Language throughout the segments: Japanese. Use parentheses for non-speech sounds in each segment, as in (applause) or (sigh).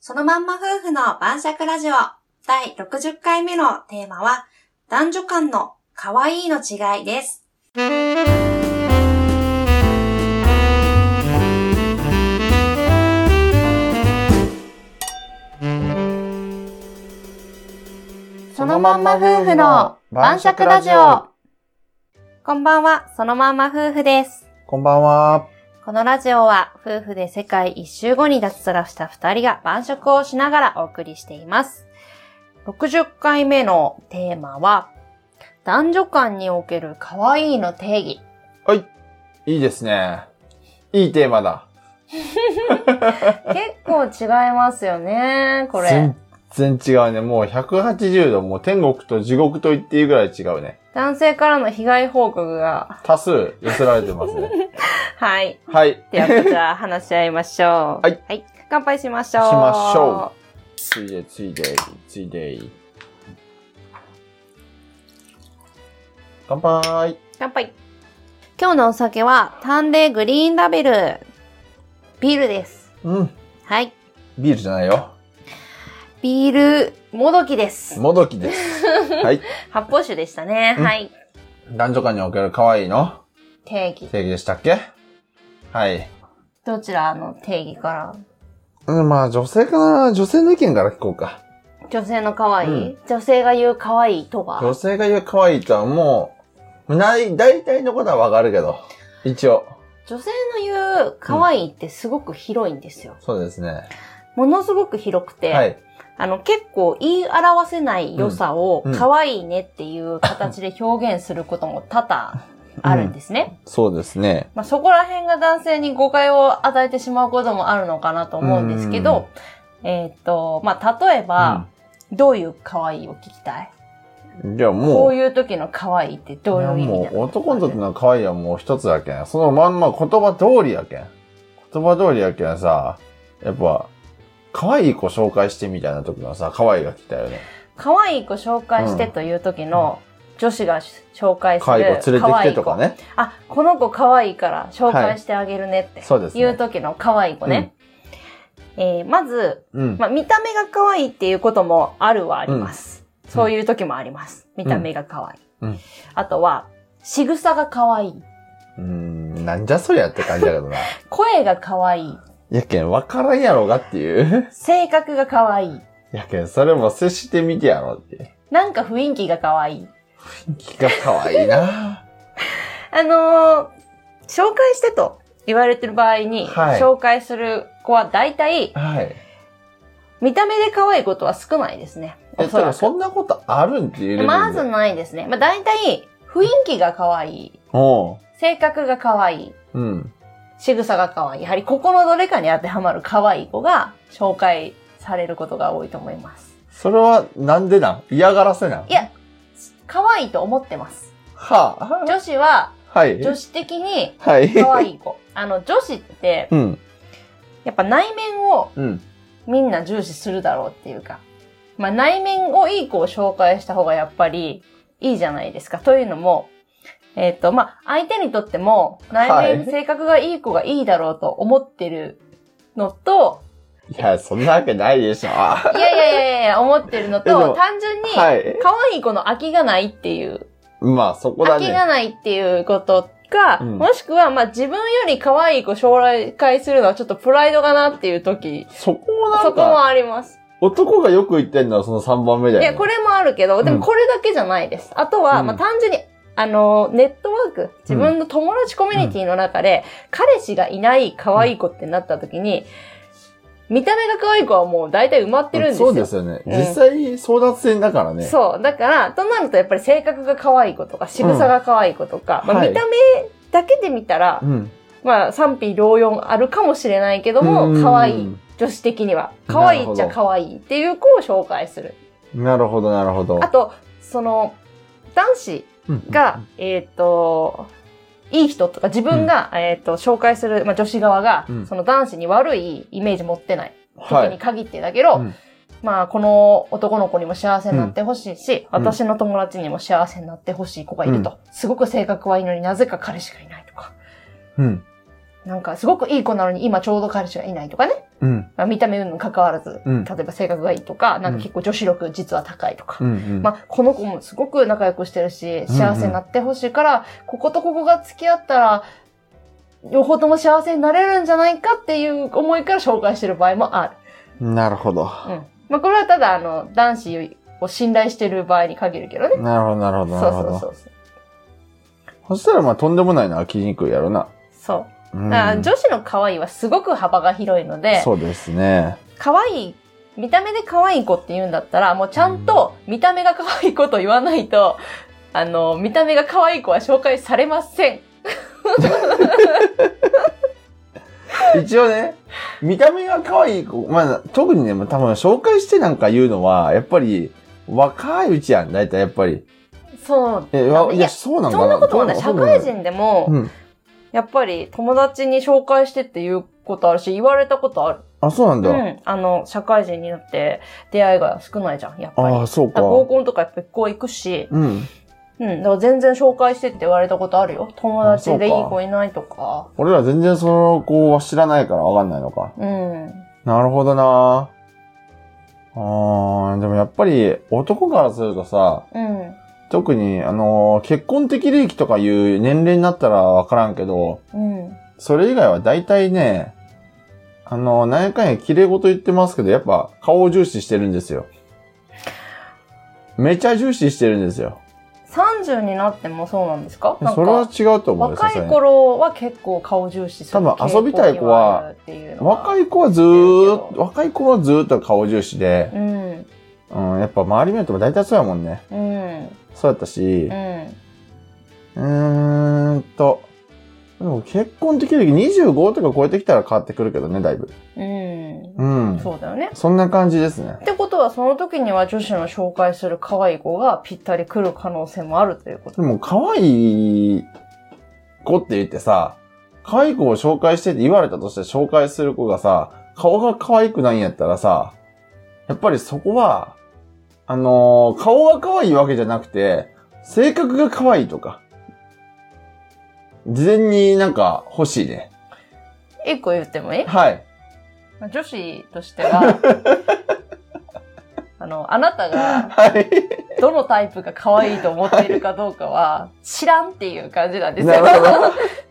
そのまんま夫婦の晩酌ラジオ第60回目のテーマは男女間の可愛いの違いです。そのまんま夫婦の晩酌ラジオ。こんばんは、そのまんま夫婦です。こんばんは。このラジオは夫婦で世界一周後に脱サラした二人が晩食をしながらお送りしています。60回目のテーマは男女間における可愛いの定義。はい。いいですね。いいテーマだ。結構違いますよね、これ。全然違うね。もう180度、もう天国と地獄と言っていいぐらい違うね。男性からの被害報告が。多数寄せられてま (laughs) すね。はい。はい。では、こちら話し合いましょう。はい。乾杯しましょう。しましょついで、ついで、ついで。乾杯。乾杯。今日のお酒は、淡麗グリーンラベル。ビールです。うん。はい。ビールじゃないよ。ビール、もどきです。もどき (laughs) です。はい。発泡酒でしたね。うんはい。男女間における可愛いの定義。定義でしたっけはい。どちらの定義からうん、まあ女性から、女性の意見から聞こうか。女性の可愛い、うん女性が言う可愛いとは女性が言う可愛いとはもう、ない、大体のことはわかるけど。一応。女性の言う可愛いってすごく広いんですよ。そうですね。ものすごく広くて、はい。あの結構言い表せない良さをうんうん可愛いねっていう形で表現することも多々あるんですね。そうですね。まあ、そこら辺が男性に誤解を与えてしまうこともあるのかなと思うんですけど、えーっと、まあ、例えば、どういう可愛いを聞きたいうん、じゃあこもうう、いう時の可愛いってどういう意味もなうの男にとっての可愛いはもう一つやけん。そのまんま言葉通りやけん。言葉通りやけんさ、やっぱ、可愛い子紹介してみたいな時のさ、可愛いが来たよね。可愛い子紹介してという時の、女子が紹介す可愛い子連れてるきてと可かね。愛い子あ、この子可愛いから紹介してあげるねって、そうですねいう時の可愛い子ね。えーまず、うん。まあ、見た目が可愛いっていうこともあるはあります。んそういう時もあります。見た目が可愛い。うんあとは、仕草が可愛い。うーん、なんじゃそりゃって感じだけ (laughs) どな。声が可愛い。やけん、わからんやろがっていう。性格が可愛い。やけん、それも接してみてやろうっていう。なんか雰囲気が可愛い。気が可愛いな。あのー紹介してと言われてる場合に、はい紹介する子は大体、はい。見た目で可愛いことは少ないですね。おえ、でそらもく。そんなことあるんっていうレベルでまずないですね。まあ、大体、雰囲気が可愛い。お性格が可愛い。う。うん。仕草が可愛い。やはりここのどれかに当てはまる可愛い子が紹介されることが多いと思います。それはなんでなん嫌がらせなんいや、可愛いと思ってます。は女子はあ、はい。女子的にはい。可愛い子。あの女子って (laughs) うん。やっぱ内面をうん。みんな重視するだろうっていうか。まあ内面をいい子を紹介した方がやっぱりいいじゃないですか。というのも、えっ、と、まあ相手にとっても内は面、い性格がいい子がいいだろうと思ってるのと、いや、そんなわけないでしょ。はいやいやいやいや、思ってるのえでもと、単純に、い。可愛い子の飽きがないっていう、まあ、そこだ飽きがね。ないっていうことか、うんもしくは、まあ自分より可愛い子紹介するのはちょっとプライドかなっていう時、そこもなそんこか、もあります。男がよく言ってんのはその3番目だよいね。や、これもあるけど、でうもんこれだけじゃないです。あとは、うんまあ単純に、あの、ネットワーク、自分の友達コミュニティの中で、彼氏がいない可愛い子ってなった時に、見た目が可愛い子はもう大体埋まってるんですよ。そうですよね。うん実際、争奪戦だからね。そう。だから、となるとやっぱり性格が可愛い子とか、仕草が可愛い子とか、うんまあ、はい見た目だけで見たら、うん。まあ賛否両論あるかもしれないけども、うん可愛い。女子的には。可愛いっちゃ可愛いっていう子を紹介する。なるほど、なるほどあ。と、その、男子うんが、えっ、と、いい人とか自分が、えっ、と、紹介する、まあ、女子側が、うんその男子に悪いイメージ持ってないは時にい。限ってだけど、うんまあ、この男の子にも幸せになってほしいし、うん私の友達にも幸せになってほしい子がいると。すごく性格はいいのになぜか彼氏がいないとか。うん。なんかすごくいい子なのに今ちょうど彼氏がいないとかね。うん。まあ、見た目に関わらず、うん例えば性格がいいとか、なんか結構女子力実は高いとか。うんうん。まあ、この子もすごく仲良くしてるし、幸せになってほしいから、こことここが付き合ったら、両方とも幸せになれるんじゃないかっていう思いから紹介してる場合もある。なるほど。うん。まあ、これはただ、あの、男子を信頼してる場合に限るけどね。なるほど、なるほど、そうなるほそうそうど。そう。そしたら、まあ、とんでもないのは飽きにくいやろな。そう。うんだから女子の可愛いはすごく幅が広いので、そうですね。可愛い、見た目で可愛い子って言うんだったら、もうちゃんと見た目が可愛い子と言わないと、あの、見た目が可愛い子は紹介されません。一応ね、見た目が可愛い子、まあ、特にね、まあ多分紹介してなんか言うのは、やっぱり、若いうちやん、大体やっぱり。そう。え、わいいやや、そうなんかなそんなこともない。どう社どうな会の人でも、うん。やっぱり友達に紹介してっていうことあるし、言われたことある。あ、そうなんうだ。ん。あの、社会人になって出会いが少ないじゃん、やっぱり。ああ、そうだか。から合コンとかやっぱりこう行くし、うん。うん。だから全然紹介してって言われたことあるよ。友達でいい子いないとか。俺ら全然その子は知らないからわかんないのか。うん。なるほどなあーでもやっぱり男からするとさ、うん。特に、あのー結婚的利益とかいう年齢になったらわからんけど、うん。それ以外は大体ね、あのー、何やかんや綺麗事言ってますけど、やっぱ顔を重視してるんですよ。めちゃ重視してるんですよ。 30になってもそうなんですかなんそれはか違うと思うよ、若さすがいに頃は結構顔重視する多分遊びたい子は若いい子はずーっと、若い子はずーっと顔重視で、うんうん、やっぱ周り見ると大体そうやもんね。うんそうやったしう、んうーんと、でも結婚的利益25とか超えてきたら変わってくるけどね、だいぶ。うん、うん。そうだよねそんな感じですねっ。てことはその時には女子の紹介する可愛い子がぴったり来る可能性もあるということでも、可愛い子って言ってさ、可愛い子を紹介してって言われたとして紹介する子がさ、顔が可愛くないんやったらさ、やっぱりそこは、あのー顔が可愛いわけじゃなくて、性格が可愛いとか、事前になんか欲しいね。一個言ってもいいはい。女子として (laughs) はあのあなたがはい。どのタイプが可愛いと思っているかどうかは知らんっていう感じなんですなよるほ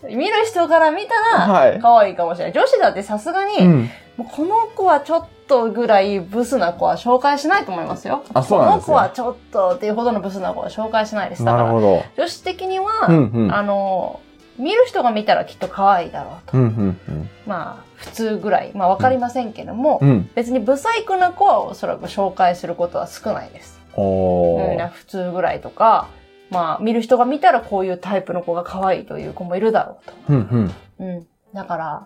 ど。 (laughs) 見る人から見たら、はい可愛いかもしれない。女子だってさすがに、うん。もうこの子はちょっとぐらいブスな子は紹介しないと思いますよ。あそうなんですねこの子はちょっとっていうほどのブスな子は紹介しないです。だなかるら、ほど。女子的には、うんうん。あの、見る人が見たらきっと可愛いだろうと。うんうんうん。まあ、普通ぐらい。まあ、わかりませんけども、うん。別にブサイクな子はおそらく紹介することは少ないです。おうん、ー。普通ぐらいとか、まあ、見る人が見たらこういうタイプの子が可愛いという子もいるだろうと。うんうん。うん。だから、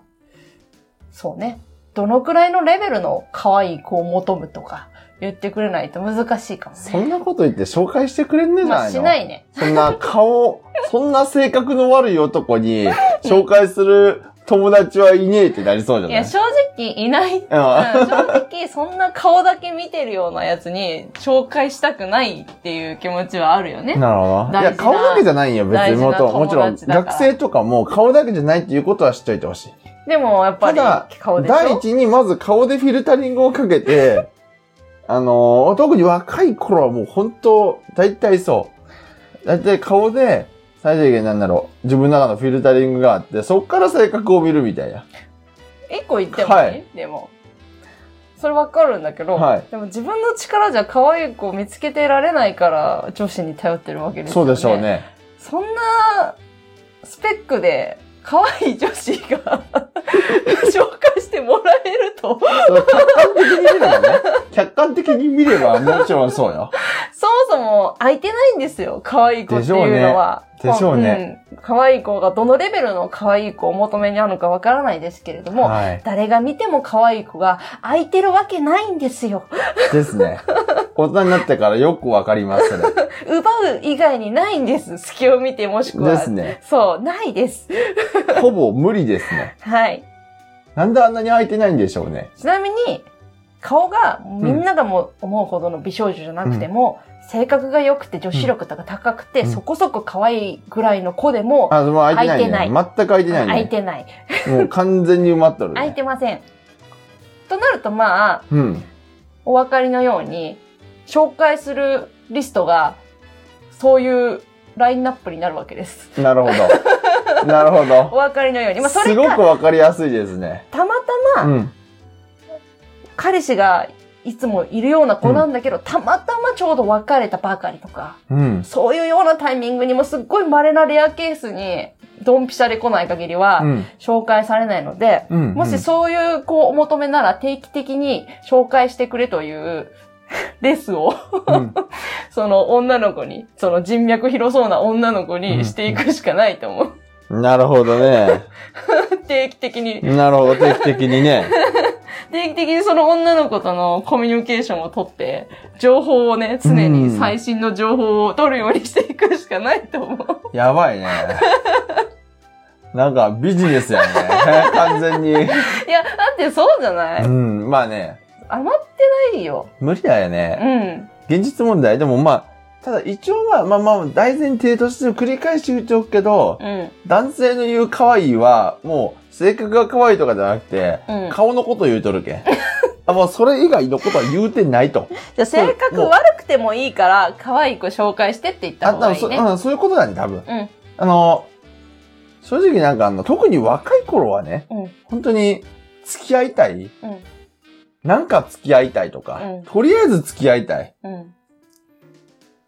そうね。どのくらいのレベルの可愛い子を求むとか言ってくれないと難しいかもね。そんなこと言って紹介してくれんねえじまゃなあいしの、ないね。そんな顔、そんな性格の悪い男に (laughs) 紹介する友達はいねえってなりそうじゃいないや、正直い (laughs) ない。うんうん正直そんな顔だけ見てるようなやつに紹介したくないっていう気持ちはあるよね。なるほど。いや、大事な顔だけじゃないよ、別に。大事なもともちろん、友達だから学生とかも顔だけじゃないっていうことは知っといてほしい。でもやったぱりだ顔、でし第ょ一にまず顔でフィルタリングをかけて、 (laughs) あのー特に若い頃はもう本当、大体そう。大体顔で、最低限なんだろう、自分の中のフィルタリングがあって、そっから性格を見るみたいな。一個言ってもいい、はいでも。それわかるんだけど、はいでも自分の力じゃ可愛い子を見つけてられないから女子に頼ってるわけですそようね。でしょうね。そんなスペックで可愛い女子が (laughs) 紹介してもらえると、そもそう客観的に見ればね。客観的に見ればもちろんそうよ。そも空いてないんですよ、可愛い子っていうのは。でしょうねまあうん可愛い子がどのレベルの可愛い子をお求めにあるのかわからないですけれども、はい。誰が見ても可愛い子が空いてるわけないんですよ。ですね。大人になってからよくわかりますね。奪う以外にないんです。隙を見てもしくは。ですね。そう、ないです。ほぼ無理ですね。はい。なんであんなに空いてないんでしょうね。ちなみに、顔が、みんながもう思うほどの美少女じゃなくても、性格が良くて女子力とか高くて、うんそこそこ可愛いぐらいの子でも、あ、でも空いてないね。空いて全く空いてないね。空いてない。もう完全に埋まっとる、ね。空いてません。となるとまあ、うん。お分かりのように、紹介するリストが、そういうラインナップになるわけです。なるほ (laughs) ど。なるほどお。分かりのように。まあ、それすごくが、わかりやすいですね。たまたうまん。彼氏がいつもいるような子なんだけど、たまたまちょうど別れたばかりとか、うん。そういうようなタイミングにもすっごい稀なレアケースに、ドンピシャで来ない限りは、うん。紹介されないので、うん。もしそういう、こう、お求めなら定期的に紹介してくれという、 (laughs) レスを、うん。その女の子に、その人脈広そうな女の子にしていくしかないと思う。なるほどね。定期的に、なるほど。定期的にね。定期的にその女の子とのコミュニケーションを取って、情報をね、常に最新の情報を取るようにしていくしかないと (laughs) 思う。やばいね。なんかビジネスやね。 (laughs) 完全に。いや、だってそうじゃなういん。まあね。余ってないよ。無理だようね。ん。現実問題。でもまあ、ただ一応は、まあまあ、大前提として繰り返し言っておくけど、うん。男性の言う可愛いは、もう、性格が可愛いとかじゃなくて、うん顔のこと言うとるけん。 (laughs) あ、もうそれ以外のことは言うてな (laughs) いと。じゃあ性格悪くてもいいから、可愛い子紹介してって言ったあ、方多が分いいそ、ね。うん、そういうことだね、多分。うんあの、正直なんかあの、特に若い頃はね、うん本当に、付き合いたい、うんなんか付き合いたいとか、うんとりあえず付き合いたい。うん。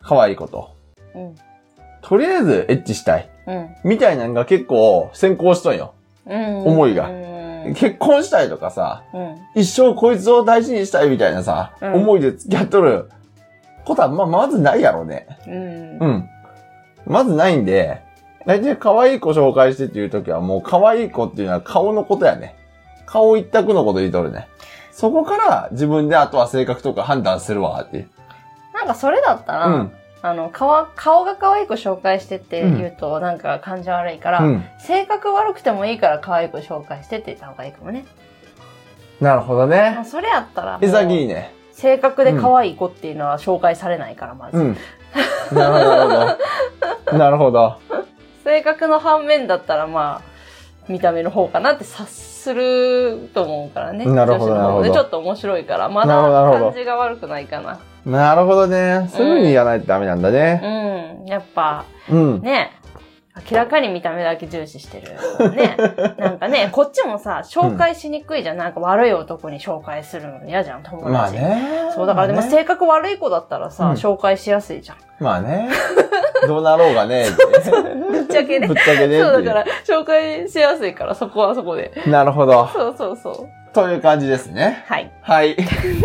可愛いこと。うん。とりあえずエッチしたい。うん。みたいなのが結構先行しとんよ。うん。思いがうん。結婚したいとかさ、うん一生こいつを大事にしたいみたいなさ、うん思いで付き合っとることは、まあ、まずないやろうね。うん。うん。まずないんで、大体可愛い子紹介してっていう時は、もう可愛い子っていうのは顔のことやね。顔一択のこと言いとるね。そこから自分であとは性格とか判断するわっていう。なんかそれだったら、うん。あの、顔、顔が可愛い子紹介してって言うと、なんか感じ悪いから、うん。性格悪くてもいいから可愛い子紹介してって言った方がいいかもね。なるほどもうね。それやったらもう、潔いね。性格で可愛い子っていうのは紹介されないから、まず。うん。 (laughs) なるほど。なるほど。性格の反面だったら、まあ、見た目の方かなって察すると思うからね。なるほ女ど子の方でなるほどちょっと面白いから、まだなるほどなるほど感じが悪くないかな。なるほどね。そういうふうに言わないとダメなんだね。うん。やっぱ、うん。ね明らかに見た目だけ重視してるよ (laughs) ね。なんかね、こっちもさ、紹介しにくいじゃん。なんか悪い男に紹介するの嫌じゃん、友達。まあね。そう、だからでもまあね性格悪い子だったらさ、うん紹介しやす (laughs) いじゃん。まあね。 (laughs) どうなろうがね。ぶっちゃけね (laughs) ぶっ。ちゃけねっていそうだう。から、紹介しやすいから、そこはそこで。なるほど。そうそうそう。という感じですね。はい。 (laughs) はい。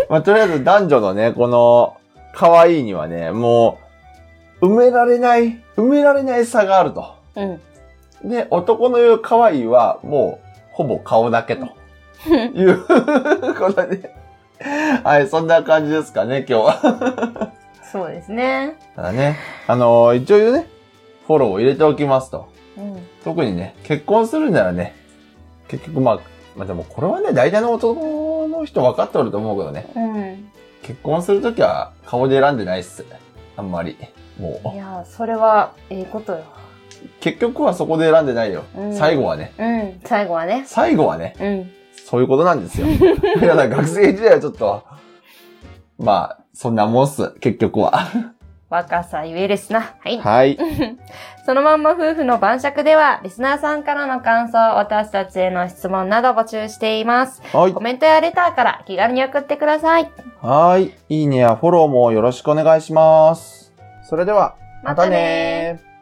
まあ、とりあえず男女のね、この、可愛いにはね、もう、埋められない、埋められない差があると。うん。で、男の言う可愛いは、もう、ほぼ顔だけと。いう (laughs) ことで。はい、そんな感じですかね、今日は。そうですね。ただね、あの一応ね、フォローを入れておきますと。うん。特にね、結婚するならね、結局まあ、まあでもこれはね、大体の男の人分かっておると思うけどね、うん。結婚するときは顔で選んでないっす。あんまり。もいやー、それは、ええことよ。う、結局はそこで選んでないよ。うん最後はね。うん。最後はね。最後はね、うん。そういうことなんですよ。 (laughs) だから学生時代はちょっと、まあ、そんなもんっす。結局は。若さゆえですな。はい。はい。そのまんま夫婦の晩酌では、リスナーさんからの感想、私たちへの質問など募集しています。はいコ。メントやレターから気軽に送ってください。はい。いいねやフォローもよろしくお願いします。それでは、またねー